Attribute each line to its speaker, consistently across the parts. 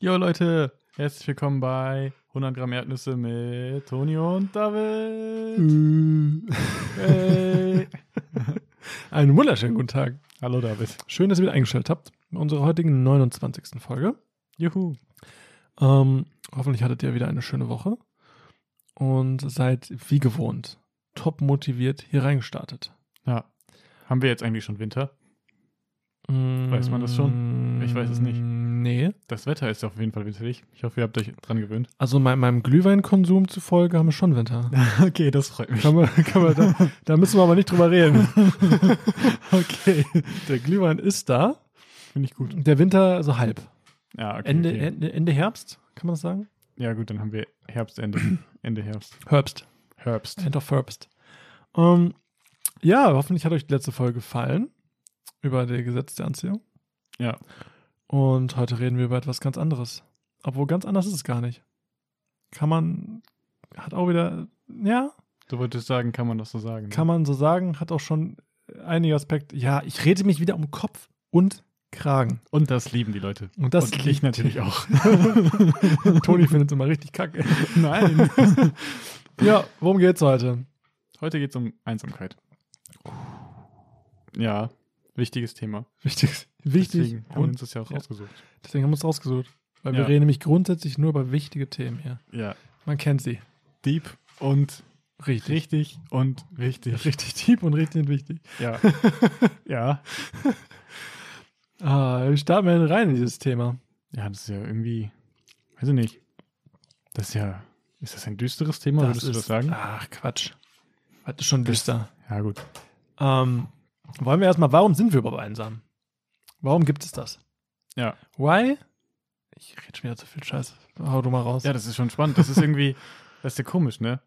Speaker 1: Jo Leute, herzlich willkommen bei 100 Gramm Erdnüsse mit Toni und
Speaker 2: Äh,
Speaker 1: David. Äh.
Speaker 2: Hey. Einen wunderschönen guten Tag.
Speaker 1: Hallo David.
Speaker 2: Schön, dass ihr wieder eingestellt habt bei unserer heutigen 29. Folge.
Speaker 1: Juhu.
Speaker 2: Ähm, hoffentlich hattet ihr wieder eine schöne Woche und seid wie gewohnt top motiviert hier reingestartet.
Speaker 1: Ja. Haben wir jetzt eigentlich schon Winter? Weiß man das schon? Ich weiß es nicht.
Speaker 2: Mm, Nee.
Speaker 1: Das Wetter ist auf jeden Fall winterlich. Ich hoffe, ihr habt euch dran gewöhnt.
Speaker 2: Also mein, meinem Glühweinkonsum zufolge haben wir schon Winter.
Speaker 1: Okay, das freut mich.
Speaker 2: Kann man, kann man da, da müssen wir aber nicht drüber reden.
Speaker 1: okay.
Speaker 2: Der Glühwein ist da.
Speaker 1: Finde ich gut.
Speaker 2: Der Winter so halb.
Speaker 1: Ja, okay.
Speaker 2: Ende,
Speaker 1: okay.
Speaker 2: Ende, Ende Herbst, kann man das sagen?
Speaker 1: Ja, gut, dann haben wir Herbstende. Ende Herbst.
Speaker 2: Herbst.
Speaker 1: Herbst.
Speaker 2: End of Herbst. Ähm, ja, hoffentlich hat euch die letzte Folge gefallen über die Gesetze der Anziehung.
Speaker 1: Ja.
Speaker 2: Und heute reden wir über etwas ganz anderes. Obwohl ganz anders ist es gar nicht. Kann man, hat auch wieder, ja,
Speaker 1: Du wolltest sagen, kann man das so sagen? ne?
Speaker 2: kann man so sagen, hat auch schon einige Aspekte. Ja, ich rede mich wieder um Kopf und Kragen.
Speaker 1: Und das lieben die Leute.
Speaker 2: Und das
Speaker 1: und ich natürlich auch.
Speaker 2: Toni findet es immer richtig kacke.
Speaker 1: Nein.
Speaker 2: Ja, worum geht's heute?
Speaker 1: Heute geht es um Einsamkeit. Ja, wichtiges Thema.
Speaker 2: Wichtig. Wichtig.
Speaker 1: Deswegen haben wir uns das ja auch
Speaker 2: ja.
Speaker 1: rausgesucht.
Speaker 2: Deswegen haben wir uns rausgesucht. Weil
Speaker 1: Ja.
Speaker 2: wir reden nämlich grundsätzlich nur über wichtige Themen hier.
Speaker 1: Ja,
Speaker 2: Man kennt sie.
Speaker 1: deep und
Speaker 2: Richtig.
Speaker 1: richtig und wichtig.
Speaker 2: Richtig deep und richtig wichtig.
Speaker 1: Ja, ja.
Speaker 2: Ah, wir starten wir rein in dieses Thema.
Speaker 1: Ja, das ist ja irgendwie, weiß ich nicht. Das ist ja, ist das ein düsteres Thema, würdest du das sagen?
Speaker 2: Ach, Quatsch. Das ist schon düster.
Speaker 1: Ja, gut.
Speaker 2: Ähm, wollen wir erstmal, warum sind wir überhaupt einsam? Warum gibt es das?
Speaker 1: Ja.
Speaker 2: Why? Ich rede schon wieder zu viel Scheiß. Hau du mal raus.
Speaker 1: Ja, das ist schon spannend. Das ist irgendwie, das ist ja komisch, ne?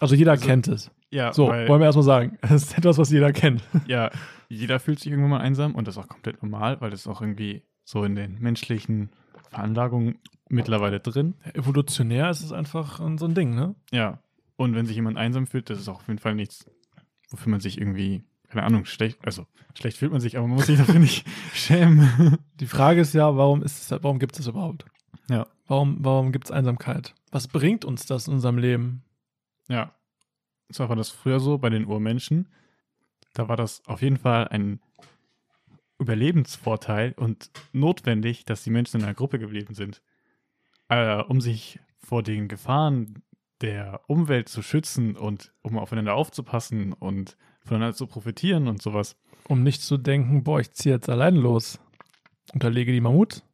Speaker 2: also jeder kennt es.
Speaker 1: Ja,
Speaker 2: So,
Speaker 1: weil,
Speaker 2: wollen wir erstmal sagen. Das ist etwas, was jeder kennt.
Speaker 1: ja, jeder fühlt sich irgendwann mal einsam und das ist auch komplett normal, weil das ist auch irgendwie so in den menschlichen Veranlagungen mittlerweile drin.
Speaker 2: Evolutionär ist es einfach äh, so ein Ding, ne?
Speaker 1: Ja. Und wenn sich jemand einsam fühlt, das ist auch auf jeden Fall nichts, wofür man sich irgendwie, keine Ahnung, schlecht, also schlecht fühlt man sich, aber man muss sich dafür nicht schämen.
Speaker 2: Die Frage ist ja, warum ist es, warum gibt es das überhaupt?
Speaker 1: Ja.
Speaker 2: Warum, warum gibt es Einsamkeit? Was bringt uns das in unserem Leben?
Speaker 1: Ja. Und zwar war das früher so bei den Urmenschen. Da war das auf jeden Fall ein Überlebensvorteil und notwendig, dass die Menschen in einer Gruppe geblieben sind. Äh, um sich vor den Gefahren der Umwelt zu schützen und um aufeinander aufzupassen und voneinander zu profitieren und sowas.
Speaker 2: Um nicht zu denken, boah, ich ziehe jetzt allein los. Unterlege die Mammut.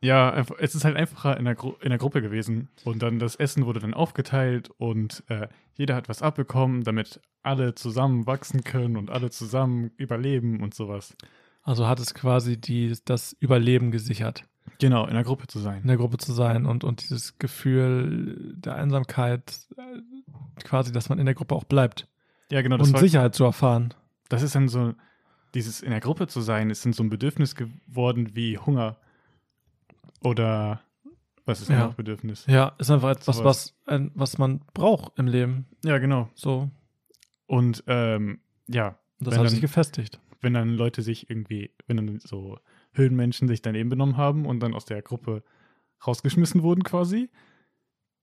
Speaker 1: Ja, einfach- es ist halt einfacher in der, Gru in der Gruppe gewesen. Und dann das Essen wurde dann aufgeteilt und äh, jeder hat was abbekommen, damit alle zusammen wachsen können und alle zusammen überleben und sowas.
Speaker 2: Also hat es quasi die, das Überleben gesichert,
Speaker 1: Genau, in der Gruppe zu sein.
Speaker 2: in der Gruppe zu sein und, und dieses Gefühl der Einsamkeit, äh, quasi, dass man in der Gruppe auch bleibt.
Speaker 1: Ja, genau, das,
Speaker 2: Und
Speaker 1: war,
Speaker 2: Sicherheit zu erfahren.
Speaker 1: das ist dann so, dieses in der Gruppe zu sein, ist dann so ein Bedürfnis geworden wie Hunger. Oder was ist denn
Speaker 2: Ja.
Speaker 1: noch Bedürfnis?
Speaker 2: Ja, ist einfach etwas,
Speaker 1: Sowas.
Speaker 2: was, ein- was man braucht im Leben.
Speaker 1: Ja, genau.
Speaker 2: So,
Speaker 1: Und ähm, ja,
Speaker 2: das
Speaker 1: Wenn
Speaker 2: hat
Speaker 1: dann-
Speaker 2: sich gefestigt.
Speaker 1: wenn dann Leute sich irgendwie, wenn dann so Höhlenmenschen sich daneben benommen haben und dann aus der Gruppe rausgeschmissen wurden quasi,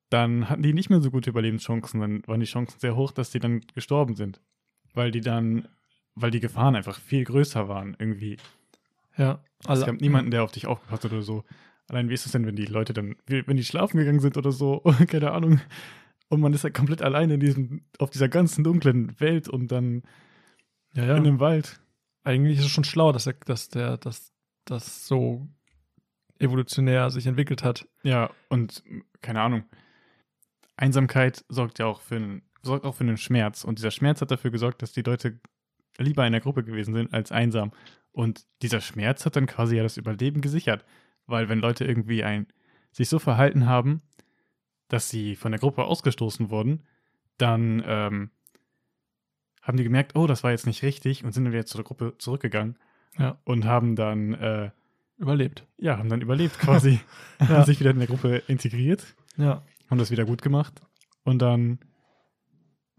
Speaker 1: dann hatten die nicht mehr so gute Überlebenschancen. Dann waren die Chancen sehr hoch, dass die dann gestorben sind. Weil die dann, weil die Gefahren einfach viel größer waren irgendwie.
Speaker 2: Ja, alle-
Speaker 1: es gab niemanden, der auf dich aufgepasst hat oder so. Allein wie ist es denn, wenn die Leute dann, wie- wenn die schlafen gegangen sind oder so, keine Ahnung. Und man ist ja komplett alleine in diesem, auf dieser ganzen dunklen Welt und dann
Speaker 2: Ja, ja.
Speaker 1: in dem Wald.
Speaker 2: eigentlich ist es schon schlau, dass er, dass der, dass das so evolutionär sich entwickelt hat.
Speaker 1: Ja, und mh, keine Ahnung. Einsamkeit sorgt ja auch für einen, sorgt auch für einen Schmerz. Und dieser Schmerz hat dafür gesorgt, dass die Leute lieber in der Gruppe gewesen sind als einsam. Und dieser Schmerz hat dann quasi ja das Überleben gesichert. Weil wenn Leute irgendwie ein, sich so verhalten haben, dass sie von der Gruppe ausgestoßen wurden, dann ähm, haben die gemerkt, oh, das war jetzt nicht richtig und sind dann wieder zur Gruppe zurückgegangen
Speaker 2: Ja.
Speaker 1: und haben dann, äh,
Speaker 2: Überlebt.
Speaker 1: ja, haben dann überlebt quasi.
Speaker 2: Ja.
Speaker 1: Haben sich wieder in der Gruppe integriert
Speaker 2: Ja.
Speaker 1: haben das wieder gut gemacht und dann,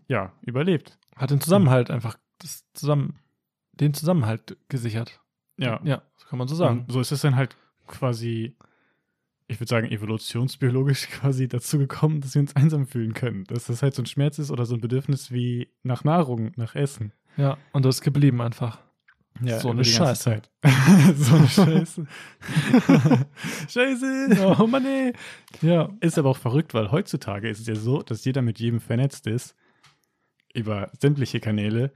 Speaker 1: ja, überlebt.
Speaker 2: Hat den Zusammenhalt einfach, das zusammen, den Zusammenhalt gesichert.
Speaker 1: Ja.
Speaker 2: Ja, so kann man so sagen.
Speaker 1: Und So ist es dann halt quasi ich würde sagen, evolutionsbiologisch quasi dazu gekommen, dass wir uns einsam fühlen können. Dass das halt so ein Schmerz ist oder so ein Bedürfnis wie nach Nahrung, nach Essen.
Speaker 2: Ja, und das ist geblieben einfach. So
Speaker 1: über
Speaker 2: eine
Speaker 1: die ganze
Speaker 2: Scheiße.
Speaker 1: Zeit. so eine Scheiße. Scheiße.
Speaker 2: Oh Mann, ey. Ja,
Speaker 1: Ist aber auch verrückt, weil heutzutage ist es ja so, dass jeder mit jedem vernetzt ist. Über sämtliche Kanäle,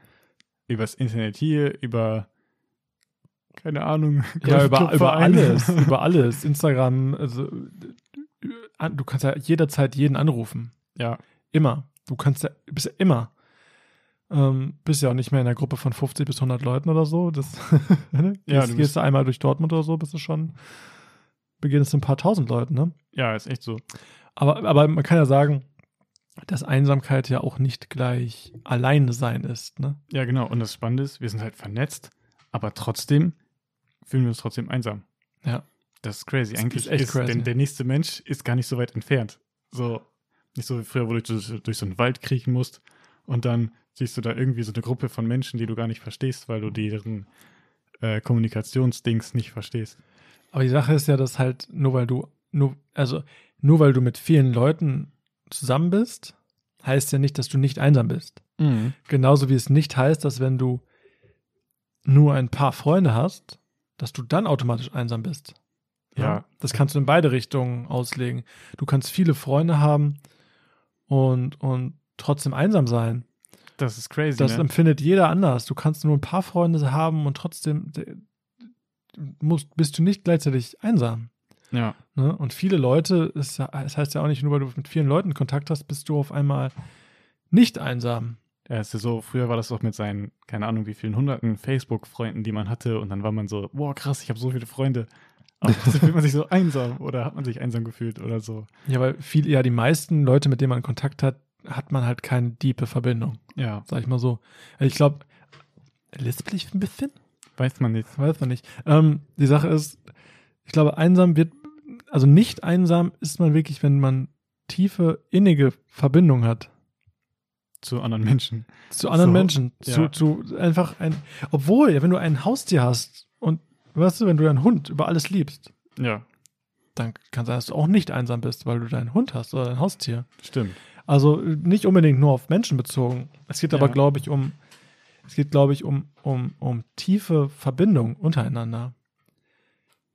Speaker 1: übers Internet hier, über keine Ahnung,
Speaker 2: ja über, über
Speaker 1: Golfclubvereine.
Speaker 2: alles, über alles. Instagram, also äh, an- du kannst ja jederzeit jeden anrufen.
Speaker 1: Ja,
Speaker 2: Immer. Du kannst ja, bist ja immer. Ähm, bist ja auch nicht mehr in der Gruppe von 50 bis 100 Leuten oder so. Das, ne?
Speaker 1: Ja,
Speaker 2: gehst,
Speaker 1: du
Speaker 2: du
Speaker 1: bist-
Speaker 2: gehst du einmal durch Dortmund oder so, bist du schon, beginnst du ein paar tausend Leuten, ne?
Speaker 1: ja, ist echt so.
Speaker 2: Aber, aber man kann ja sagen, dass Einsamkeit ja auch nicht gleich alleine sein ist, ne?
Speaker 1: Ja, genau. Und das Spannende ist, wir sind halt vernetzt, aber trotzdem fühlen wir uns trotzdem einsam.
Speaker 2: Ja.
Speaker 1: Das ist crazy.
Speaker 2: Das
Speaker 1: Eigentlich
Speaker 2: ist
Speaker 1: ist,
Speaker 2: echt crazy.
Speaker 1: Denn der nächste Mensch ist gar nicht so weit entfernt. So, nicht so wie früher, wo du durch, durch so einen Wald kriechen musst und dann siehst du da irgendwie so eine Gruppe von Menschen, die du gar nicht verstehst, weil du deren äh, Kommunikationsdings nicht verstehst.
Speaker 2: Aber die Sache ist ja, dass halt nur weil du nur also nur weil du mit vielen Leuten zusammen bist, heißt ja nicht, dass du nicht einsam bist. Genauso wie es nicht heißt, dass wenn du nur ein paar Freunde hast, dass du dann automatisch einsam bist.
Speaker 1: Ja.
Speaker 2: Das kannst du in beide Richtungen auslegen. Du kannst viele Freunde haben und, und trotzdem einsam sein.
Speaker 1: Das ist crazy.
Speaker 2: Das
Speaker 1: ne?
Speaker 2: empfindet jeder anders. Du kannst nur ein paar Freunde haben und trotzdem äh, musst, bist du nicht gleichzeitig einsam.
Speaker 1: Ja.
Speaker 2: Ne? Und viele Leute, es, es heißt ja auch nicht nur, weil du mit vielen Leuten Kontakt hast, bist du auf einmal nicht einsam.
Speaker 1: Ja, ist ja so, früher war das doch mit seinen, keine Ahnung, wie vielen hunderten Facebook-Freunden, die man hatte, und dann war man so, boah, krass, ich habe so viele Freunde. Aber trotzdem fühlt man sich so einsam oder hat man sich einsam gefühlt oder so.
Speaker 2: Ja, weil viel, ja, die meisten Leute, mit denen man Kontakt hat, hat man halt keine diepe Verbindung,
Speaker 1: Ja,
Speaker 2: sag ich mal so. Ich glaube, lispel ich ein bisschen?
Speaker 1: weiß man nicht.
Speaker 2: Weiß man nicht. Ähm, die Sache ist, ich glaube, einsam wird, also nicht einsam ist man wirklich, wenn man tiefe, innige Verbindung hat.
Speaker 1: Zu anderen Menschen.
Speaker 2: Zu anderen
Speaker 1: So,
Speaker 2: Menschen. Zu,
Speaker 1: ja.
Speaker 2: zu einfach ein. Obwohl, ja, wenn du ein Haustier hast und weißt du, wenn du deinen Hund über alles liebst,
Speaker 1: Ja,
Speaker 2: dann kann sein, dass du auch nicht einsam bist, weil du deinen Hund hast oder dein Haustier.
Speaker 1: stimmt.
Speaker 2: Also äh, nicht unbedingt nur auf Menschen bezogen. Es geht
Speaker 1: Ja.
Speaker 2: aber, glaube ich, um, es geht, glaube ich, um, um, um tiefe Verbindung untereinander.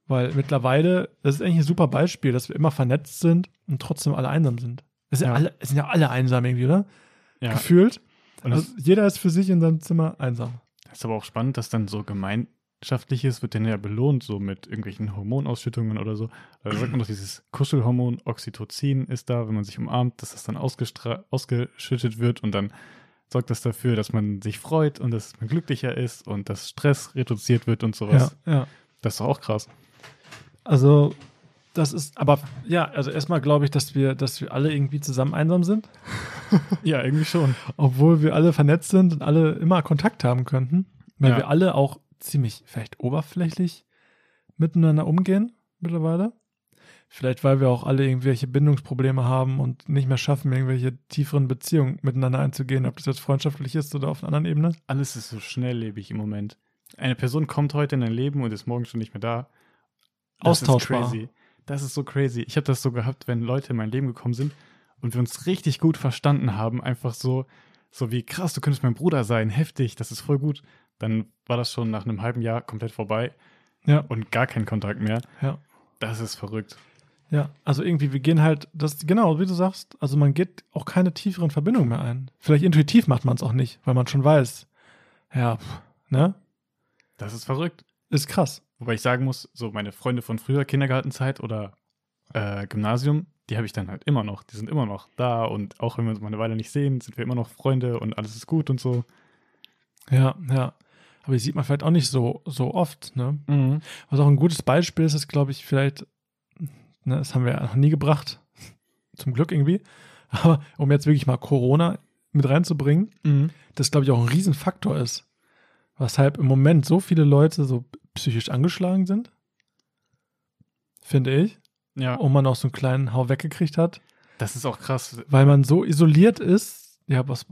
Speaker 2: Weil mittlerweile, das ist eigentlich ein super Beispiel, dass wir immer vernetzt sind und trotzdem alle einsam sind. Es sind,
Speaker 1: Ja.
Speaker 2: ja. alle, es sind ja alle einsam irgendwie, oder?
Speaker 1: Ja,
Speaker 2: Gefühlt.
Speaker 1: und
Speaker 2: Also
Speaker 1: das
Speaker 2: jeder ist für sich in seinem Zimmer einsam.
Speaker 1: ist aber auch spannend, dass dann so gemeinschaftliches wird dann ja belohnt, so mit irgendwelchen Hormonausschüttungen oder so. Da sagt man doch, dieses Kuschelhormon Oxytocin ist da, wenn man sich umarmt, dass das dann ausgestra- ausgeschüttet wird und dann sorgt das dafür, dass man sich freut und dass man glücklicher ist und dass Stress reduziert wird und sowas.
Speaker 2: Ja, ja.
Speaker 1: Das ist doch auch krass.
Speaker 2: Also, das ist, aber ja, also erstmal glaube ich, dass wir, dass wir alle irgendwie zusammen einsam sind,
Speaker 1: Ja, irgendwie schon.
Speaker 2: obwohl wir alle vernetzt sind und alle immer Kontakt haben könnten, weil
Speaker 1: Ja.
Speaker 2: wir alle auch ziemlich vielleicht oberflächlich miteinander umgehen mittlerweile. Vielleicht, weil wir auch alle irgendwelche Bindungsprobleme haben und nicht mehr schaffen, irgendwelche tieferen Beziehungen miteinander einzugehen, ob das jetzt freundschaftlich ist oder auf einer anderen Ebene.
Speaker 1: Alles ist so schnelllebig im Moment. Eine Person kommt heute in dein Leben und ist morgen schon nicht mehr da.
Speaker 2: Austauschbar.
Speaker 1: Ist crazy. Das ist so crazy. Ich habe das so gehabt, wenn Leute in mein Leben gekommen sind und wir uns richtig gut verstanden haben, einfach so, so wie krass, du könntest mein Bruder sein, heftig, das ist voll gut. Dann war das schon nach einem halben Jahr komplett vorbei
Speaker 2: Ja,
Speaker 1: und gar kein Kontakt mehr.
Speaker 2: ja.
Speaker 1: Das ist verrückt.
Speaker 2: Ja, also irgendwie, wir gehen halt, das, genau, wie du sagst, also man geht auch keine tieferen Verbindungen mehr ein. Vielleicht intuitiv macht man es auch nicht, weil man schon weiß, ja, pff, ne?
Speaker 1: Das ist verrückt.
Speaker 2: Ist krass.
Speaker 1: Wobei ich sagen muss, so meine Freunde von früher, Kindergartenzeit oder äh, Gymnasium, die habe ich dann halt immer noch. Die sind immer noch da und auch wenn wir uns mal eine Weile nicht sehen, sind wir immer noch Freunde und alles ist gut und so.
Speaker 2: Ja, ja. Aber die sieht man vielleicht auch nicht so, so oft, ne? Was auch ein gutes Beispiel ist, ist, glaube ich, vielleicht, ne, das haben wir ja noch nie gebracht, zum Glück irgendwie, aber um jetzt wirklich mal Corona mit reinzubringen, das glaube ich auch ein Riesenfaktor ist, weshalb im Moment so viele Leute so psychisch angeschlagen sind, finde ich,
Speaker 1: Ja,
Speaker 2: und man auch so einen kleinen Hau weggekriegt hat,
Speaker 1: das ist auch krass.
Speaker 2: weil man so isoliert ist. Ja, was,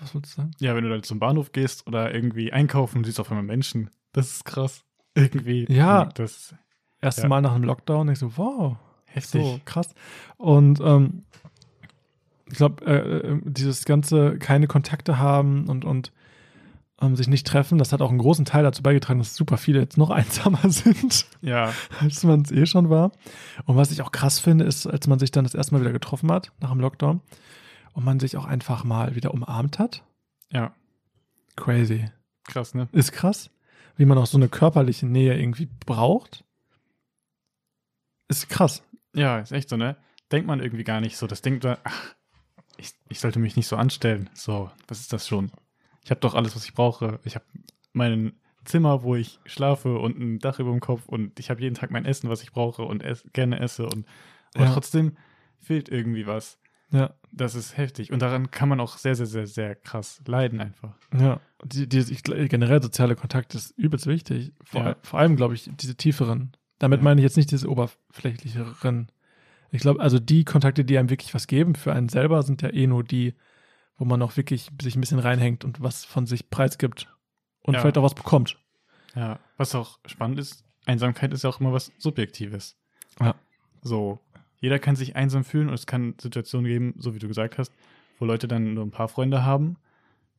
Speaker 2: was würdest du sagen?
Speaker 1: Ja, wenn du dann zum Bahnhof gehst oder irgendwie einkaufen, siehst du auf einmal Menschen. Das ist krass. Irgendwie.
Speaker 2: Ja.
Speaker 1: Das
Speaker 2: Erste
Speaker 1: Ja.
Speaker 2: Mal nach einem Lockdown. Ich so, wow,
Speaker 1: Heftig.
Speaker 2: so krass. Und ähm, ich glaube, äh, äh, dieses ganze keine Kontakte haben und, und ähm, sich nicht treffen, das hat auch einen großen Teil dazu beigetragen, dass super viele jetzt noch einsamer sind,
Speaker 1: Ja,
Speaker 2: als man es eh schon war. Und was ich auch krass finde, ist, als man sich dann das erste Mal wieder getroffen hat, nach dem Lockdown, und man sich auch einfach mal wieder umarmt hat.
Speaker 1: ja.
Speaker 2: Crazy.
Speaker 1: Krass, ne?
Speaker 2: Ist krass, wie man auch so eine körperliche Nähe irgendwie braucht. Ist krass.
Speaker 1: Ja, ist echt so, ne? Denkt man irgendwie gar nicht so. Das denkt man, ach, ich, ich sollte mich nicht so anstellen. So, was ist das schon? Ich habe doch alles, was ich brauche. Ich habe mein Zimmer, wo ich schlafe und ein Dach über dem Kopf und ich habe jeden Tag mein Essen, was ich brauche und ess, gerne esse. Und, aber
Speaker 2: Ja.
Speaker 1: trotzdem fehlt irgendwie was.
Speaker 2: Ja,
Speaker 1: Das ist heftig. Und daran kann man auch sehr, sehr, sehr, sehr krass leiden einfach.
Speaker 2: ja. Die, die, ich, gl- generell soziale Kontakt ist übelst wichtig. Vor,
Speaker 1: Ja.
Speaker 2: al- vor allem, glaube ich, diese tieferen. Damit
Speaker 1: Ja.
Speaker 2: meine ich jetzt nicht diese oberflächlicheren. Ich glaube, also die Kontakte, die einem wirklich was geben für einen selber, sind ja eh nur die, wo man auch wirklich sich ein bisschen reinhängt und was von sich preisgibt und
Speaker 1: Ja.
Speaker 2: vielleicht auch was bekommt.
Speaker 1: Ja, was auch spannend ist, Einsamkeit ist ja auch immer was Subjektives.
Speaker 2: Ja.
Speaker 1: So, jeder kann sich einsam fühlen und es kann Situationen geben, so wie du gesagt hast, wo Leute dann nur ein paar Freunde haben,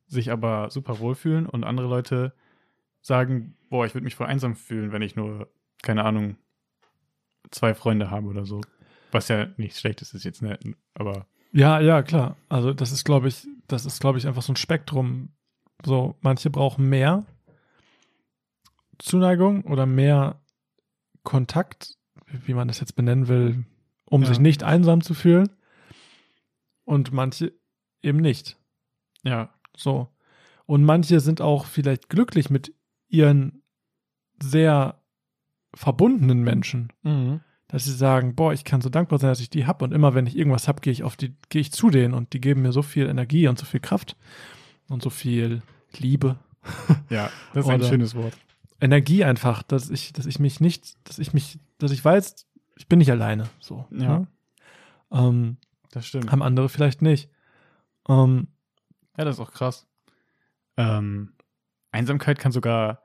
Speaker 1: sich aber super wohlfühlen und andere Leute sagen, boah, ich würde mich voll einsam fühlen, wenn ich nur, keine Ahnung, zwei Freunde habe oder so. Was ja nichts Schlechtes ist jetzt, ne? Aber
Speaker 2: Ja, ja, klar. Also das ist, glaube ich, das ist, glaube ich, einfach so ein Spektrum. So, manche brauchen mehr Zuneigung oder mehr Kontakt, wie man das jetzt benennen will, um
Speaker 1: Ja.
Speaker 2: sich nicht einsam zu fühlen. Und manche eben nicht.
Speaker 1: ja,
Speaker 2: So. Und manche sind auch vielleicht glücklich mit ihren sehr verbundenen Menschen dass sie sagen, boah, ich kann so dankbar sein, dass ich die hab und immer wenn ich irgendwas hab, gehe ich auf die gehe ich zu denen und die geben mir so viel Energie und so viel Kraft und so viel Liebe,
Speaker 1: ja, das ist ein
Speaker 2: Oder-
Speaker 1: schönes Wort.
Speaker 2: Energie einfach, dass ich dass ich mich nicht, dass ich mich, dass ich weiß, ich bin nicht alleine, so.
Speaker 1: Ja.
Speaker 2: ne? Ähm,
Speaker 1: Das stimmt.
Speaker 2: haben andere vielleicht nicht. Ähm,
Speaker 1: Ja, das ist auch krass. Ähm, Einsamkeit kann sogar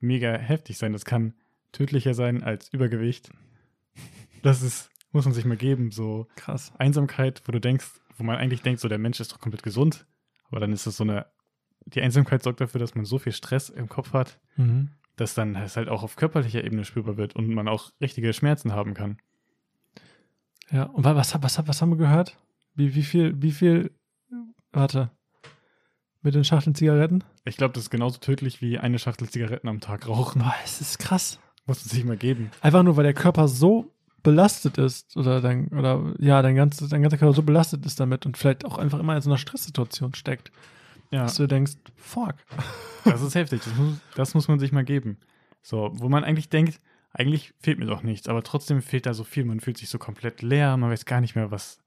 Speaker 1: mega heftig sein. Das kann tödlicher sein als Übergewicht. Das ist, muss man sich mal geben. So
Speaker 2: krass.
Speaker 1: Einsamkeit, wo du denkst, wo man eigentlich denkt, so der Mensch ist doch komplett gesund. Aber dann ist das so eine, die Einsamkeit sorgt dafür, dass man so viel Stress im Kopf hat,
Speaker 2: Mhm.
Speaker 1: dass dann es halt auch auf körperlicher Ebene spürbar wird und man auch richtige Schmerzen haben kann.
Speaker 2: Ja, und wa- was, hab- was, hab- was haben wir gehört? Wie, wie viel, wie viel, warte, mit den Schachteln Zigaretten?
Speaker 1: Ich glaube, das ist genauso tödlich wie eine Schachtel Zigaretten am Tag rauchen.
Speaker 2: Boah, es ist krass.
Speaker 1: Muss man sich mal geben.
Speaker 2: Einfach nur, weil der Körper so belastet ist oder dein, oder ja, dein, ganzes, dein ganzer Körper so belastet ist damit und vielleicht auch einfach immer in so einer Stresssituation steckt,
Speaker 1: Ja.
Speaker 2: dass du denkst, fuck.
Speaker 1: Das ist heftig. Das muss, das muss man sich mal geben. So, wo man eigentlich denkt, eigentlich fehlt mir doch nichts, aber trotzdem fehlt da so viel. Man fühlt sich so komplett leer, man weiß gar nicht mehr, was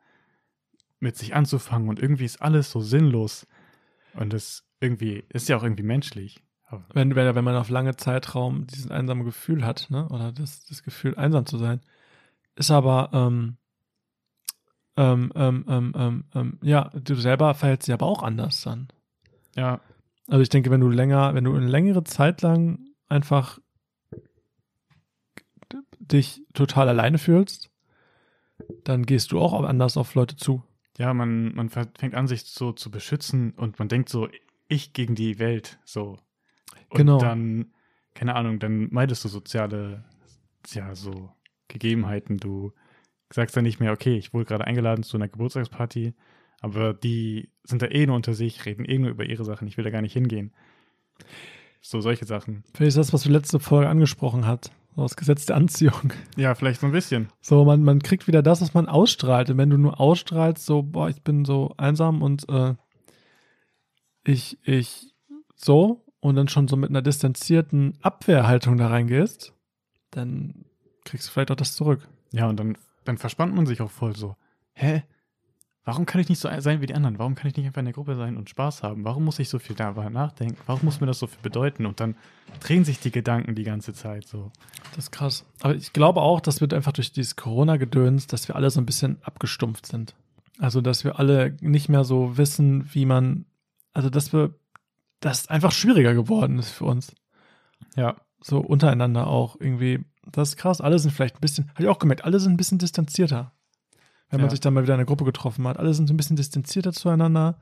Speaker 1: mit sich anzufangen und irgendwie ist alles so sinnlos. Und das irgendwie ist ja auch irgendwie menschlich. Aber,
Speaker 2: Wenn, wenn, wenn man auf lange Zeitraum dieses einsame Gefühl hat, ne? Oder das, das Gefühl, einsam zu sein. Ist aber, ähm, ähm, ähm, ähm, ähm, ähm, ja, du selber verhältst dich aber auch anders dann.
Speaker 1: ja,
Speaker 2: Also ich denke, wenn du länger, wenn du eine längere Zeit lang einfach d- dich total alleine fühlst, dann gehst du auch anders auf Leute zu.
Speaker 1: ja, man, man fängt an, sich so zu beschützen und man denkt so, ich gegen die Welt. So. Und
Speaker 2: Genau.
Speaker 1: dann, keine Ahnung, dann meidest du soziale, ja, so Gegebenheiten. Du sagst dann nicht mehr, okay, ich wurde gerade eingeladen zu einer Geburtstagsparty, aber die sind da eh nur unter sich, reden eh nur über ihre Sachen, ich will da gar nicht hingehen. So solche Sachen.
Speaker 2: Vielleicht ist das, was du letzte Folge angesprochen hat, so das Gesetz der Anziehung.
Speaker 1: Ja, vielleicht so ein bisschen.
Speaker 2: So, man, man kriegt wieder das, was man ausstrahlt. Und wenn du nur ausstrahlst, so, boah, ich bin so einsam und äh, ich, ich, so, und dann schon so mit einer distanzierten Abwehrhaltung da reingehst, dann kriegst du vielleicht auch das zurück.
Speaker 1: Ja, und dann, dann verspannt man sich auch voll so. Hä? Warum kann ich nicht so sein wie die anderen? Warum kann ich nicht einfach in der Gruppe sein und Spaß haben? Warum muss ich so viel darüber nachdenken? Warum muss mir das so viel bedeuten? Und dann drehen sich die Gedanken die ganze Zeit so.
Speaker 2: Das ist krass. Aber ich glaube auch, das wird einfach durch dieses Corona-Gedöns, dass wir alle so ein bisschen abgestumpft sind. Also, dass wir alle nicht mehr so wissen, wie man, also, dass wir, dass es einfach schwieriger geworden ist für uns.
Speaker 1: Ja,
Speaker 2: So untereinander auch irgendwie das ist krass. Alle sind vielleicht ein bisschen, habe ich auch gemerkt, alle sind ein bisschen distanzierter. Wenn man
Speaker 1: Ja.
Speaker 2: sich dann mal wieder in einer Gruppe getroffen hat. Alle sind so ein bisschen distanzierter zueinander.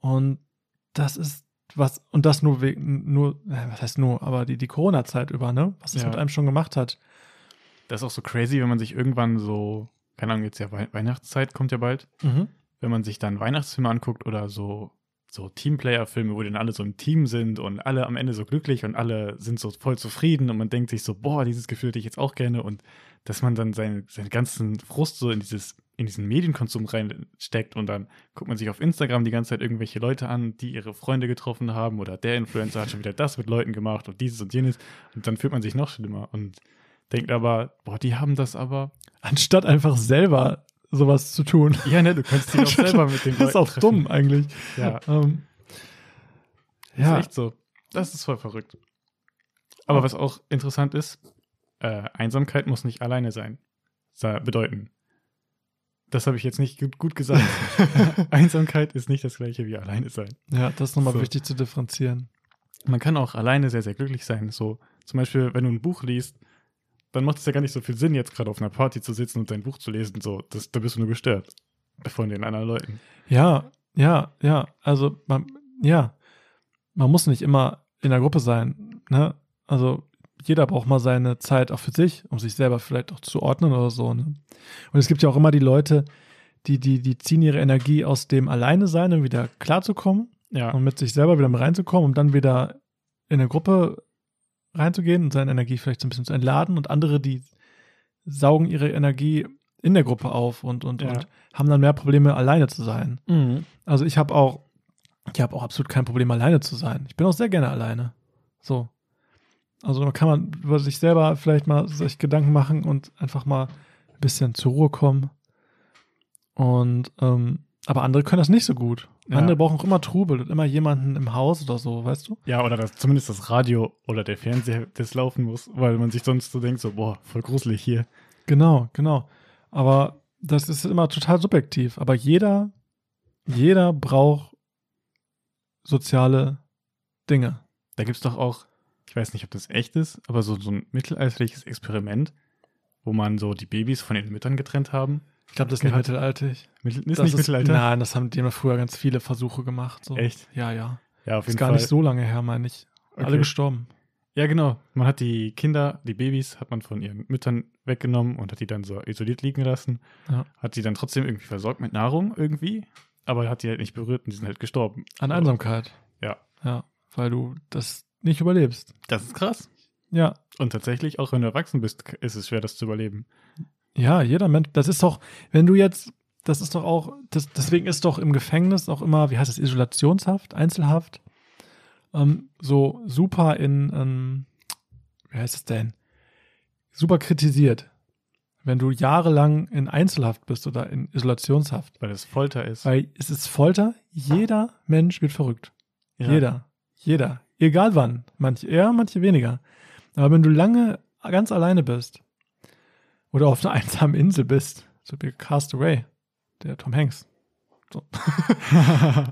Speaker 2: Und das ist was, und das nur wegen, nur, äh, was heißt nur, aber die, die Corona-Zeit über, ne? Was das
Speaker 1: Ja.
Speaker 2: mit einem schon gemacht hat.
Speaker 1: Das ist auch so crazy, wenn man sich irgendwann so, keine Ahnung, jetzt ja Wei- Weihnachtszeit kommt ja bald,
Speaker 2: Mhm.
Speaker 1: wenn man sich dann Weihnachtsfilme anguckt oder so, so Teamplayer-Filme, wo dann alle so im Team sind und alle am Ende so glücklich und alle sind so voll zufrieden und man denkt sich so, boah, dieses Gefühl hätte ich jetzt auch gerne und dass man dann seinen, seinen ganzen Frust so in dieses, in diesen Medienkonsum reinsteckt und dann guckt man sich auf Instagram die ganze Zeit irgendwelche Leute an, die ihre Freunde getroffen haben oder der Influencer hat schon wieder das mit Leuten gemacht und dieses und jenes und dann fühlt man sich noch schlimmer und denkt aber, boah, die haben das aber.
Speaker 2: Anstatt einfach selber sowas zu tun.
Speaker 1: Ja, ne, du kannst dich auch selber mit den Leuten
Speaker 2: Das ist auch
Speaker 1: treffen.
Speaker 2: dumm eigentlich.
Speaker 1: Ja.
Speaker 2: Ähm,
Speaker 1: Ja.
Speaker 2: ja,
Speaker 1: Ist echt so. Das ist voll verrückt. Aber was auch interessant ist, äh, Einsamkeit muss nicht alleine sein. Sa bedeuten. Das habe ich jetzt nicht gut, gut gesagt. Einsamkeit ist nicht das gleiche wie alleine sein.
Speaker 2: ja, das ist nochmal
Speaker 1: So.
Speaker 2: wichtig zu differenzieren.
Speaker 1: Man kann auch alleine sehr, sehr glücklich sein. So, zum Beispiel, wenn du ein Buch liest, dann macht es ja gar nicht so viel Sinn, jetzt gerade auf einer Party zu sitzen und dein Buch zu lesen. So, das, da bist du nur gestört von den anderen Leuten.
Speaker 2: Ja, ja, ja. Also man, ja, man muss nicht immer in der Gruppe sein. Ne? Also jeder braucht mal seine Zeit auch für sich, um sich selber vielleicht auch zu ordnen oder so. Ne? Und es gibt ja auch immer die Leute, die, die, die ziehen ihre Energie aus dem Alleine sein, um wieder klarzukommen
Speaker 1: Ja,
Speaker 2: und mit sich selber wieder mit reinzukommen, um dann wieder in eine Gruppe reinzugehen und seine Energie vielleicht so ein bisschen zu entladen. Und andere, die saugen ihre Energie in der Gruppe auf und, und,
Speaker 1: Ja.
Speaker 2: und haben dann mehr Probleme, alleine zu sein.
Speaker 1: Mhm.
Speaker 2: Also ich habe auch, ich habe auch absolut kein Problem, alleine zu sein. Ich bin auch sehr gerne alleine. So. Also da kann man über sich selber vielleicht mal sich Gedanken machen und einfach mal ein bisschen zur Ruhe kommen. Und ähm, aber andere können das nicht so gut.
Speaker 1: Ja.
Speaker 2: Andere brauchen auch immer Trubel und immer jemanden im Haus oder so, weißt du?
Speaker 1: Ja, oder das, zumindest das Radio oder der Fernseher, das laufen muss, weil man sich sonst so denkt, so, boah, voll gruselig hier.
Speaker 2: Genau, genau. Aber das ist immer total subjektiv. Aber jeder, jeder braucht soziale Dinge.
Speaker 1: Da gibt es doch auch, ich weiß nicht, ob das echt ist, aber so, so ein mittelalterliches Experiment, wo man so die Babys von den Müttern getrennt haben.
Speaker 2: Ich glaube, das ist
Speaker 1: Genau.
Speaker 2: nicht mittelalterlich.
Speaker 1: Mittel, ist
Speaker 2: Das
Speaker 1: nicht Mittelalter?
Speaker 2: Nein, das haben die immer früher ganz viele Versuche gemacht. So.
Speaker 1: Echt?
Speaker 2: Ja, ja.
Speaker 1: Ja, auf
Speaker 2: Ist
Speaker 1: jeden
Speaker 2: gar
Speaker 1: Fall.
Speaker 2: nicht so lange her, meine ich. Alle
Speaker 1: Okay.
Speaker 2: gestorben.
Speaker 1: Ja, genau. Man hat die Kinder, die Babys, hat man von ihren Müttern weggenommen und hat die dann so isoliert liegen lassen.
Speaker 2: Ja.
Speaker 1: Hat die dann trotzdem irgendwie versorgt mit Nahrung irgendwie, aber hat die halt nicht berührt und die sind halt gestorben.
Speaker 2: An
Speaker 1: So.
Speaker 2: Einsamkeit.
Speaker 1: Ja.
Speaker 2: Ja, weil du das nicht überlebst.
Speaker 1: Das ist krass.
Speaker 2: Ja.
Speaker 1: Und tatsächlich, auch wenn du erwachsen bist, ist es schwer, das zu überleben.
Speaker 2: Ja, jeder Mensch. Das ist doch, wenn du jetzt, das ist doch auch, das, deswegen ist doch im Gefängnis auch immer, wie heißt das, Isolationshaft, Einzelhaft, ähm, so super in, ähm, wie heißt es denn, super kritisiert. Wenn du jahrelang in Einzelhaft bist oder in Isolationshaft.
Speaker 1: Weil es Folter ist.
Speaker 2: Weil es ist Folter, jeder Mensch wird verrückt.
Speaker 1: Ja.
Speaker 2: Jeder. Jeder. Egal wann. Manche eher, manche weniger. Aber wenn du lange ganz alleine bist oder auf einer einsamen Insel bist, so wie Castaway, der Tom Hanks. So.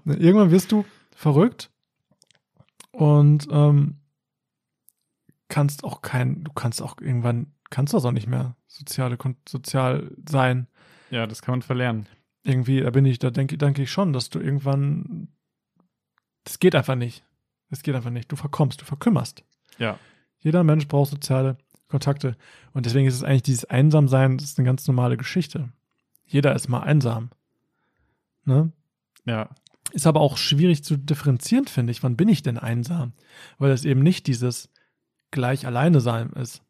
Speaker 2: Ne, Irgendwann wirst du verrückt und ähm, kannst auch kein, du kannst auch irgendwann, kannst das auch nicht mehr soziale, Kon- sozial sein
Speaker 1: ja, das kann man verlernen.
Speaker 2: irgendwie, da bin ich, da denke denke ich schon, dass du irgendwann, das geht einfach nicht. Das geht einfach nicht. Du verkommst, du verkümmerst.
Speaker 1: Ja.
Speaker 2: Jeder Mensch braucht soziale Kontakte. Und deswegen ist es eigentlich dieses Einsamsein, das ist eine ganz normale Geschichte. Jeder ist mal einsam. Ne?
Speaker 1: Ja,
Speaker 2: Ist aber auch schwierig zu differenzieren, finde ich. Wann bin ich denn einsam? Weil das eben nicht dieses gleich alleine sein ist.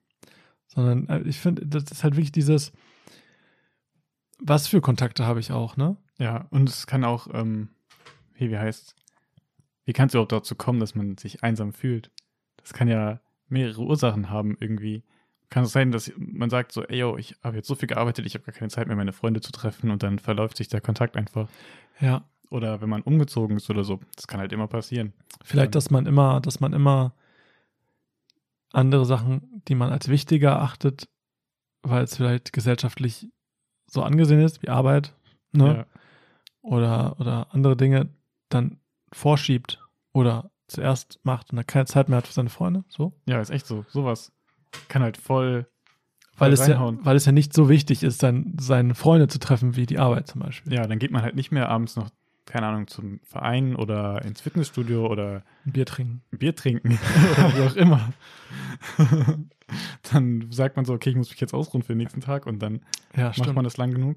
Speaker 2: Sondern äh, ich finde, das ist halt wirklich dieses, was für Kontakte habe ich auch, ne?
Speaker 1: ja. Und es kann auch, ähm, hey, wie heißt Wie kann es überhaupt dazu kommen, dass man sich einsam fühlt? Das kann ja mehrere Ursachen haben irgendwie. Kann es sein, dass man sagt so, ey, yo, ich habe jetzt so viel gearbeitet, ich habe gar keine Zeit mehr, meine Freunde zu treffen und dann verläuft sich der Kontakt einfach.
Speaker 2: Ja.
Speaker 1: Oder wenn man umgezogen ist oder so. Das kann halt immer passieren.
Speaker 2: Vielleicht, dass man immer, dass man immer andere Sachen, die man als wichtiger erachtet, weil es vielleicht gesellschaftlich so angesehen ist, wie Arbeit, ne?
Speaker 1: Ja.
Speaker 2: Oder, oder andere Dinge dann vorschiebt oder zuerst macht und dann keine Zeit mehr hat für seine Freunde. So.
Speaker 1: Ja, ist echt so. Sowas kann halt voll
Speaker 2: weil, es ja,
Speaker 1: reinhauen.
Speaker 2: weil es ja nicht so wichtig ist, sein, seine Freunde zu treffen wie die Arbeit zum Beispiel.
Speaker 1: Ja, dann geht man halt nicht mehr abends noch, keine Ahnung, zum Verein oder ins Fitnessstudio oder
Speaker 2: Ein Bier trinken.
Speaker 1: ein Bier trinken oder wie auch immer. dann sagt man so, okay, ich muss mich jetzt ausruhen für den nächsten Tag und dann
Speaker 2: Ja,
Speaker 1: macht man
Speaker 2: stimmt.
Speaker 1: das lang genug.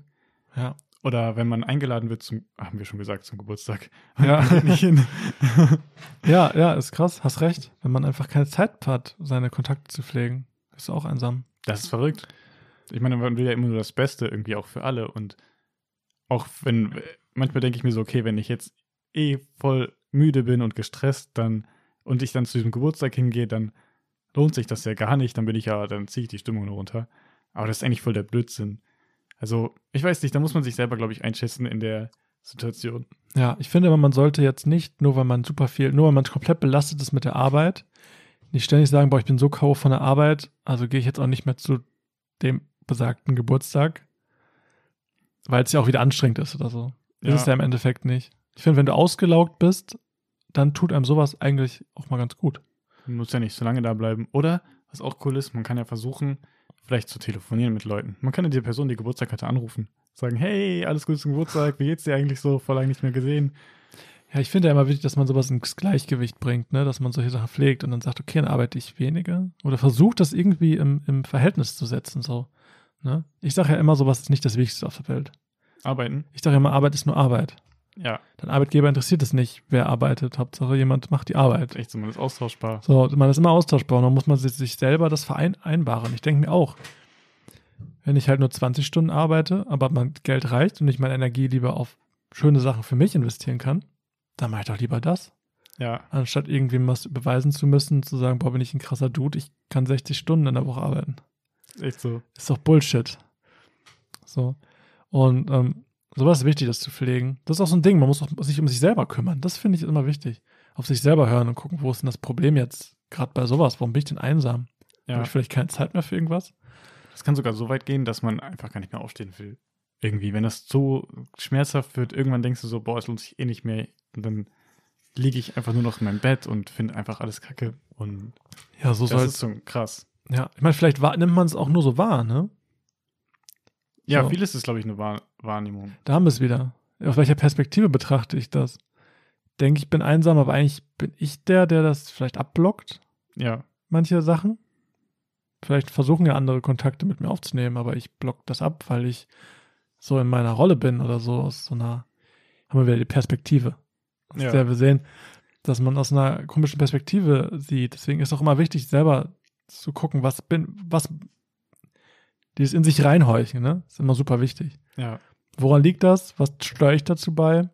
Speaker 2: Ja.
Speaker 1: Oder wenn man eingeladen wird zum, haben wir schon gesagt, zum Geburtstag.
Speaker 2: Ja.
Speaker 1: Geht nicht hin.
Speaker 2: ja, ja, ist krass, hast recht. Wenn man einfach keine Zeit hat, seine Kontakte zu pflegen, ist auch einsam.
Speaker 1: Das ist verrückt. Ich meine, man will ja immer nur das Beste irgendwie auch für alle. Und auch wenn, manchmal denke ich mir so, okay, wenn ich jetzt eh voll müde bin und gestresst, dann und ich dann zu diesem Geburtstag hingehe, dann lohnt sich das ja gar nicht. Dann bin ich ja, dann ziehe ich die Stimmung nur runter. Aber das ist eigentlich voll der Blödsinn. Also, ich weiß nicht, da muss man sich selber, glaube ich, einschätzen in der Situation.
Speaker 2: Ja, ich finde aber, man sollte jetzt nicht, nur weil man super viel, nur weil man komplett belastet ist mit der Arbeit, nicht ständig sagen, boah, ich bin so K.O. von der Arbeit, also gehe ich jetzt auch nicht mehr zu dem besagten Geburtstag, weil es ja auch wieder anstrengend ist oder so.
Speaker 1: Ja.
Speaker 2: Ist es ja im Endeffekt nicht. Ich finde, wenn du ausgelaugt bist, dann tut einem sowas eigentlich auch mal ganz gut.
Speaker 1: Man muss ja nicht so lange da bleiben. Oder, was auch cool ist, man kann ja versuchen, vielleicht zu telefonieren mit Leuten. Man kann ja die Person, die Geburtstag hatte, anrufen. Sagen, hey, alles Gute zum Geburtstag, wie geht's dir eigentlich so? Voll lange nicht mehr gesehen.
Speaker 2: Ja, ich finde ja immer wichtig, dass man sowas ins Gleichgewicht bringt, ne? dass man solche Sachen pflegt und dann sagt, okay, dann arbeite ich weniger. Oder versucht, das irgendwie im, im Verhältnis zu setzen. So, ne? Ich sage ja immer, sowas ist nicht das Wichtigste auf der Welt.
Speaker 1: Arbeiten?
Speaker 2: Ich sage ja immer, Arbeit ist nur Arbeit.
Speaker 1: Ja,
Speaker 2: Dein Arbeitgeber interessiert es nicht, wer arbeitet. Hauptsache, jemand macht die Arbeit.
Speaker 1: echt so, man ist austauschbar.
Speaker 2: So, man ist immer austauschbar und dann muss man sich- sich selber das Verein einbaren. Ich denke mir auch, wenn ich halt nur 20 Stunden arbeite, aber mein Geld reicht und ich meine Energie lieber auf schöne Sachen für mich investieren kann, dann mache ich doch lieber das
Speaker 1: Ja,
Speaker 2: anstatt irgendwie was beweisen zu müssen, zu sagen, boah, bin ich ein krasser Dude, ich kann 60 Stunden in der Woche arbeiten.
Speaker 1: ist echt so.
Speaker 2: Ist doch Bullshit. So. Und ähm, sowas ist wichtig, das zu pflegen. Das ist auch so ein Ding, man muss auch sich um sich selber kümmern. Das finde ich immer wichtig. Auf sich selber hören und gucken, wo ist denn das Problem jetzt? Gerade bei sowas, warum bin ich denn einsam? Habe
Speaker 1: Ja,
Speaker 2: ich vielleicht keine Zeit mehr für irgendwas?
Speaker 1: das kann sogar so weit gehen, dass man einfach gar nicht mehr aufstehen will. Irgendwie, wenn das so schmerzhaft wird, irgendwann denkst du so, boah, es lohnt sich eh nicht mehr. Und dann liege ich einfach nur noch in meinem Bett und finde einfach alles kacke. Und
Speaker 2: Ja, so
Speaker 1: das
Speaker 2: soll
Speaker 1: ist so krass.
Speaker 2: Ja, ich meine, vielleicht wahr- nimmt man es auch nur so wahr, ne?
Speaker 1: Ja,
Speaker 2: So.
Speaker 1: vieles ist, glaube ich, eine Wahr Wahrnehmung.
Speaker 2: Da haben wir es wieder. Aus welcher Perspektive betrachte ich das? Denke ich bin einsam, aber eigentlich bin ich der, der das vielleicht abblockt,
Speaker 1: Ja,
Speaker 2: manche Sachen. Vielleicht versuchen ja andere Kontakte mit mir aufzunehmen, aber ich block das ab, weil ich so in meiner Rolle bin oder so aus so einer, haben wir wieder die Perspektive, aus
Speaker 1: Ja.
Speaker 2: der wir sehen, dass man aus einer komischen Perspektive sieht. Deswegen ist auch immer wichtig, selber zu gucken, was bin, was dieses in sich reinhorchen, ne? Ist immer super wichtig.
Speaker 1: ja.
Speaker 2: Woran liegt das? Was steuere ich dazu bei?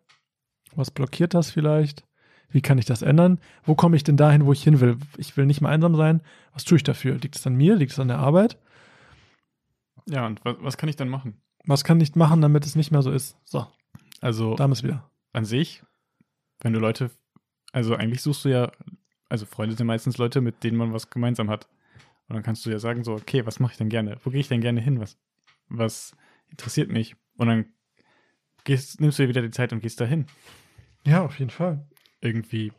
Speaker 2: Was blockiert das vielleicht? Wie kann ich das ändern? Wo komme ich denn dahin, wo ich hin will? Ich will nicht mehr einsam sein. Was tue ich dafür? Liegt es an mir? Liegt es an der Arbeit?
Speaker 1: Ja, und was, was kann ich dann machen?
Speaker 2: Was kann ich machen, damit es nicht mehr so ist? So,
Speaker 1: Also
Speaker 2: da haben wir es wieder.
Speaker 1: an sich, wenn du Leute, also eigentlich suchst du ja, also Freunde sind meistens Leute, mit denen man was gemeinsam hat. Und dann kannst du ja sagen so, okay, was mache ich denn gerne? Wo gehe ich denn gerne hin? Was, was interessiert mich? Und dann gehst, nimmst du dir wieder die Zeit und gehst dahin.
Speaker 2: Ja, auf jeden Fall.
Speaker 1: Irgendwie,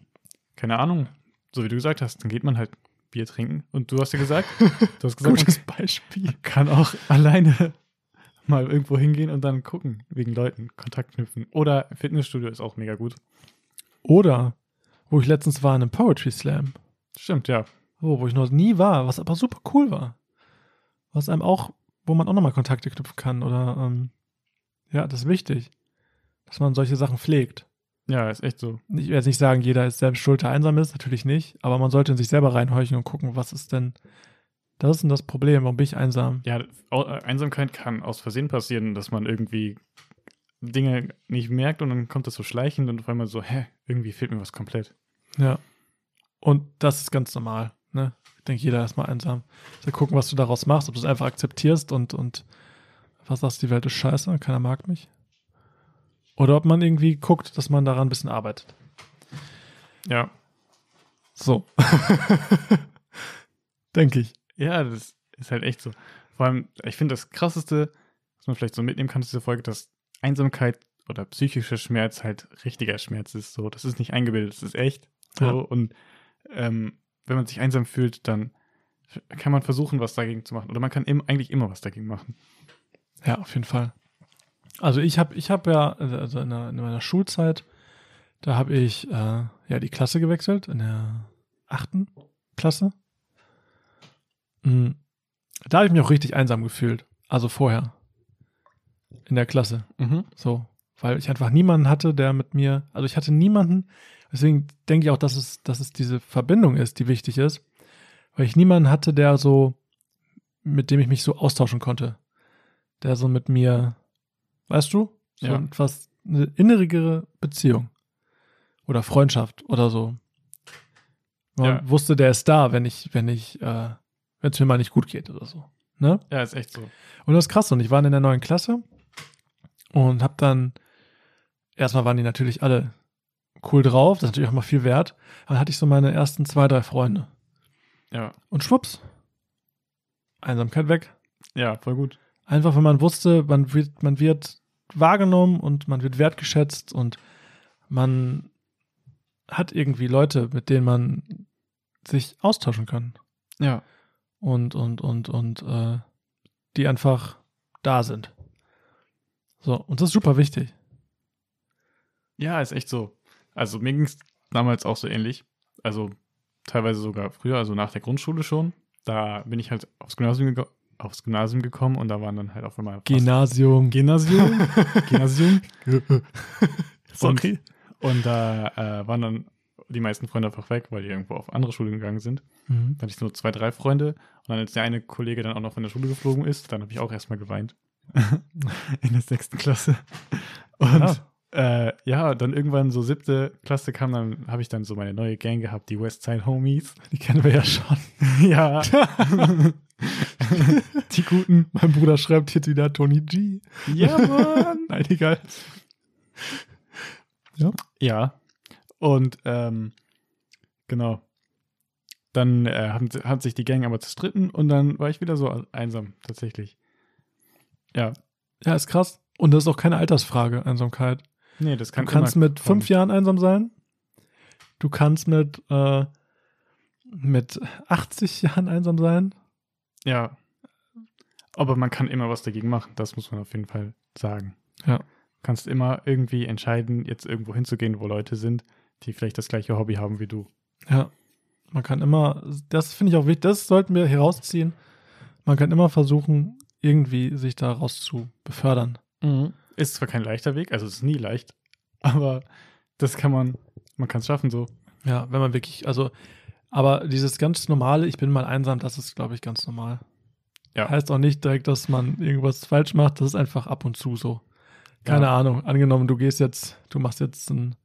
Speaker 1: keine Ahnung, so wie du gesagt hast, dann geht man halt Bier trinken. Und du hast ja gesagt, du hast gesagt,
Speaker 2: Gutes Beispiel.
Speaker 1: man kann auch alleine mal irgendwo hingehen und dann gucken, wegen Leuten, Kontakt knüpfen. Oder Fitnessstudio ist auch mega gut.
Speaker 2: Oder, wo ich letztens war in einem Poetry Slam.
Speaker 1: Stimmt, ja.
Speaker 2: Oh, wo ich noch nie war, was aber super cool war. Was einem auch, wo man auch nochmal Kontakte knüpfen kann. Oder, ähm, ja, das ist wichtig, dass man solche Sachen pflegt.
Speaker 1: Ja, ist echt so.
Speaker 2: ich will jetzt nicht sagen, jeder ist selbst schuld, der einsam ist, natürlich nicht, aber man sollte in sich selber reinhorchen und gucken, was ist denn, das ist denn das Problem, warum bin ich einsam?
Speaker 1: Ja, Au- äh, Einsamkeit kann aus Versehen passieren, dass man irgendwie Dinge nicht merkt und dann kommt das so schleichend und auf einmal so, hä, irgendwie fehlt mir was komplett.
Speaker 2: Ja. Und das ist ganz normal, ne? Ich denke, jeder ist mal einsam. Also gucken, was du daraus machst, ob du es einfach akzeptierst und, und was sagst, die Welt ist scheiße, keiner mag mich. Oder ob man irgendwie guckt, dass man daran ein bisschen arbeitet.
Speaker 1: Ja.
Speaker 2: So. denke ich.
Speaker 1: Ja, das ist halt echt so. Vor allem, ich finde das krasseste, was man vielleicht so mitnehmen kann aus dieser Folge, dass Einsamkeit oder psychischer Schmerz halt richtiger Schmerz ist. So, das ist nicht eingebildet, das ist echt. So,
Speaker 2: Ja.
Speaker 1: Und ähm, wenn man sich einsam fühlt, dann kann man versuchen, was dagegen zu machen. Oder man kann im, eigentlich immer was dagegen machen.
Speaker 2: Ja, auf jeden Fall. Also ich habe ich hab ja, also in, der, in meiner Schulzeit, da habe ich äh, ja die Klasse gewechselt, in der achten Klasse. Mhm. Da habe ich mich auch richtig einsam gefühlt. Also vorher. In der Klasse.
Speaker 1: Mhm.
Speaker 2: So. Weil ich einfach niemanden hatte, der mit mir, also ich hatte niemanden, deswegen denke ich auch, dass es, dass es diese Verbindung ist, die wichtig ist. Weil ich niemanden hatte, der so, mit dem ich mich so austauschen konnte. Der so mit mir, weißt du? So
Speaker 1: Ja.
Speaker 2: etwas, eine innigere Beziehung. Oder Freundschaft oder so. Man
Speaker 1: Ja.
Speaker 2: wusste, der ist da, wenn ich, wenn ich, äh, wenn es mir mal nicht gut geht oder so. Ne?
Speaker 1: Ja, ist echt so.
Speaker 2: Und das ist krass. Und ich war in der neuen Klasse und habe dann, erstmal waren die natürlich alle cool drauf, das ist natürlich auch mal viel wert. Aber dann hatte ich so meine ersten zwei, drei Freunde.
Speaker 1: Ja,
Speaker 2: Und schwupps, Einsamkeit weg.
Speaker 1: ja, voll gut.
Speaker 2: Einfach, wenn man wusste, man wird, man wird wahrgenommen und man wird wertgeschätzt und man hat irgendwie Leute, mit denen man sich austauschen kann
Speaker 1: Ja,
Speaker 2: und und und und äh, die einfach da sind. So, und das ist super wichtig.
Speaker 1: ja, ist echt so. Also mir ging es damals auch so ähnlich. Also teilweise sogar früher, also nach der Grundschule schon. Da bin ich halt aufs Gymnasium, geko- aufs Gymnasium gekommen und da waren dann halt auf einmal fast-
Speaker 2: Gymnasium.
Speaker 1: Gymnasium. Gymnasium.
Speaker 2: Sorry.
Speaker 1: Und da äh, waren dann die meisten Freunde einfach weg, weil die irgendwo auf andere Schulen gegangen sind.
Speaker 2: Mhm.
Speaker 1: Da hatte ich nur zwei, drei Freunde. Und dann, als der eine Kollege dann auch noch von der Schule geflogen ist, dann habe ich auch erstmal geweint. In der sechsten Klasse. Und ja.
Speaker 2: Ja.
Speaker 1: Äh, ja, dann irgendwann so siebte Klasse kam, dann habe ich dann so meine neue Gang gehabt, die Westside Homies.
Speaker 2: Die kennen wir ja schon.
Speaker 1: ja,
Speaker 2: Die guten. Mein Bruder schreibt jetzt wieder Tony G.
Speaker 1: ja, Mann.
Speaker 2: Nein, egal.
Speaker 1: Ja. Und ähm, genau. Dann äh, haben, hat sich die Gang aber zerstritten und dann war ich wieder so einsam, tatsächlich. Ja.
Speaker 2: Ja, ist krass. Und das ist auch keine Altersfrage, Einsamkeit.
Speaker 1: Nee, das
Speaker 2: Du
Speaker 1: kann
Speaker 2: kannst
Speaker 1: immer
Speaker 2: mit fünf
Speaker 1: kommen.
Speaker 2: Jahren einsam sein. Du kannst mit, äh, mit 80 Jahren einsam sein.
Speaker 1: Ja. Aber man kann immer was dagegen machen, das muss man auf jeden Fall sagen.
Speaker 2: Ja.
Speaker 1: Du kannst immer irgendwie entscheiden, jetzt irgendwo hinzugehen, wo Leute sind, die vielleicht das gleiche Hobby haben wie du.
Speaker 2: Ja, man kann immer, das finde ich auch wichtig, das sollten wir herausziehen. Man kann immer versuchen, irgendwie sich daraus zu befördern.
Speaker 1: Ist zwar kein leichter Weg, also es ist nie leicht, aber das kann man, man kann es schaffen so.
Speaker 2: Ja, wenn man wirklich, also, aber dieses ganz normale, ich bin mal einsam, das ist, glaube ich, ganz normal.
Speaker 1: Ja.
Speaker 2: Heißt auch nicht direkt, dass man irgendwas falsch macht, das ist einfach ab und zu so. Keine
Speaker 1: Ja.
Speaker 2: Ahnung, angenommen, du gehst jetzt, du machst jetzt ein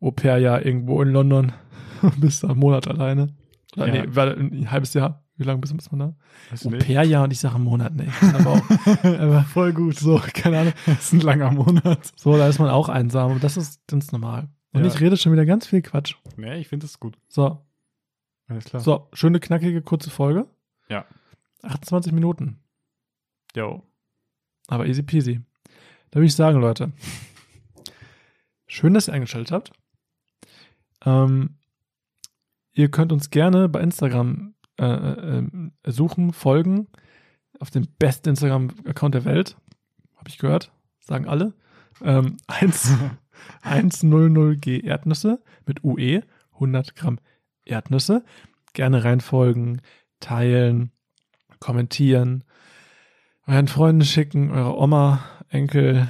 Speaker 2: Au-pair-Jahr irgendwo in London und bist da einen Monat alleine. Oder
Speaker 1: Ja.
Speaker 2: nee, warte, ein halbes Jahr. Wie lange bist, bist man da?
Speaker 1: Weißt du nicht?
Speaker 2: Au-pair-Jahr und ich sage einen Monat, ne? Ich kann aber auch Aber
Speaker 1: Voll gut.
Speaker 2: so, keine Ahnung.
Speaker 1: Das ist ein langer Monat.
Speaker 2: So, da ist man auch einsam und das ist ganz normal. Und
Speaker 1: Ja.
Speaker 2: ich rede schon wieder ganz viel Quatsch.
Speaker 1: Nee, ich finde das gut.
Speaker 2: So,
Speaker 1: Alles klar.
Speaker 2: so, schöne, knackige, kurze Folge.
Speaker 1: Ja.
Speaker 2: 28 Minuten.
Speaker 1: Jo.
Speaker 2: Aber easy peasy. Da würde ich sagen, Leute, schön, dass ihr eingeschaltet habt. Ähm, ihr könnt uns gerne bei Instagram äh, äh, äh, suchen, folgen. Auf dem besten Instagram-Account der Welt. Habe ich gehört. Sagen alle. Ähm, 1, 100G Erdnüsse mit UE. 100 Gramm Erdnüsse. Gerne reinfolgen, teilen, kommentieren euren Freunden schicken, eure Oma, Enkel,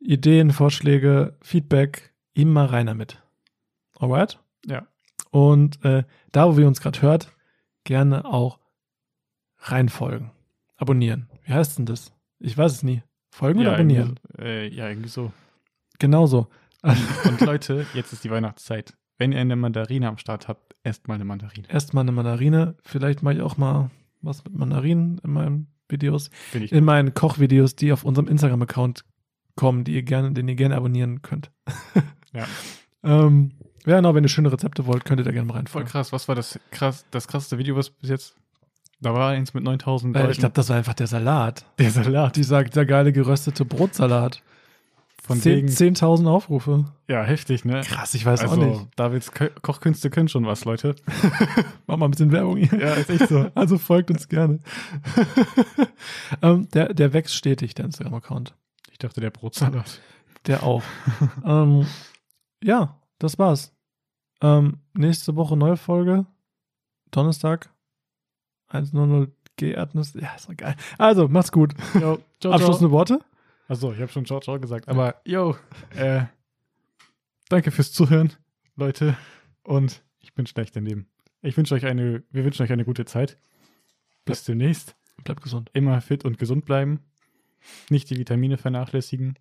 Speaker 2: Ideen, Vorschläge, Feedback, immer rein damit. Alright?
Speaker 1: Ja.
Speaker 2: Und äh, da, wo ihr uns gerade hört, gerne auch reinfolgen. Abonnieren. Wie heißt denn das? Ich weiß es nie. Folgen oder abonnieren?
Speaker 1: Irgendwie, äh, ja, irgendwie so.
Speaker 2: Genauso. Also,
Speaker 1: Und Leute, jetzt ist die Weihnachtszeit. Wenn ihr eine Mandarine am Start habt, esst mal eine Mandarine.
Speaker 2: Erstmal eine Mandarine. Vielleicht mache ich auch mal was mit Mandarinen in meinen Videos.
Speaker 1: Finde ich.
Speaker 2: in meinen Kochvideos, die auf unserem Instagram-Account kommen, die ihr gerne, den ihr gerne abonnieren könnt.
Speaker 1: Ja.
Speaker 2: Ähm, ja, genau, wenn ihr schöne Rezepte wollt, könntet ihr gerne mal
Speaker 1: Voll
Speaker 2: reinfolgen.
Speaker 1: krass. Was war das, krass, das krasseste Video, was bis jetzt? Da war eins mit 9000
Speaker 2: Äh,
Speaker 1: Leuten.
Speaker 2: ich glaube, das war einfach der Salat.
Speaker 1: der Salat.
Speaker 2: Dieser, dieser geile geröstete Brotsalat.
Speaker 1: Von
Speaker 2: Zehn-
Speaker 1: wegen.
Speaker 2: 10.000 Aufrufe.
Speaker 1: Ja, heftig, ne?
Speaker 2: Krass, ich weiß auch
Speaker 1: Also,
Speaker 2: nicht.
Speaker 1: Davids Kö- Kochkünste können schon was, Leute.
Speaker 2: Mach mal ein bisschen Werbung hier.
Speaker 1: Ja, ist echt so.
Speaker 2: Also folgt uns gerne. ähm, der, der wächst stetig, der Instagram-Account.
Speaker 1: Ich dachte, der Brotsalat.
Speaker 2: Der auch. ähm, ja, das war's. Ähm, nächste Woche neue Folge. Donnerstag. 100 G Erdnuss. Ja, ist doch geil. Also, macht's gut.
Speaker 1: Jo, ciao, ciao.
Speaker 2: Abschließende Worte?
Speaker 1: Achso, ich habe schon ciao, ciao gesagt. Aber, yo, äh, danke fürs Zuhören, Leute. Und ich bin schlecht im Leben. Ich wünsche euch eine, wir wünschen euch eine gute Zeit. Bis demnächst.
Speaker 2: Bleibt gesund.
Speaker 1: Immer fit und gesund bleiben. Nicht die Vitamine vernachlässigen.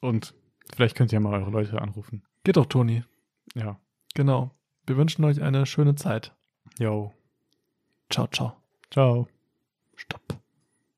Speaker 1: Und vielleicht könnt ihr mal eure Leute anrufen.
Speaker 2: Geht doch, Toni.
Speaker 1: Ja.
Speaker 2: Genau. Wir wünschen euch eine schöne Zeit.
Speaker 1: Yo.
Speaker 2: Ciao, ciao.
Speaker 1: Ciao.
Speaker 2: Stopp.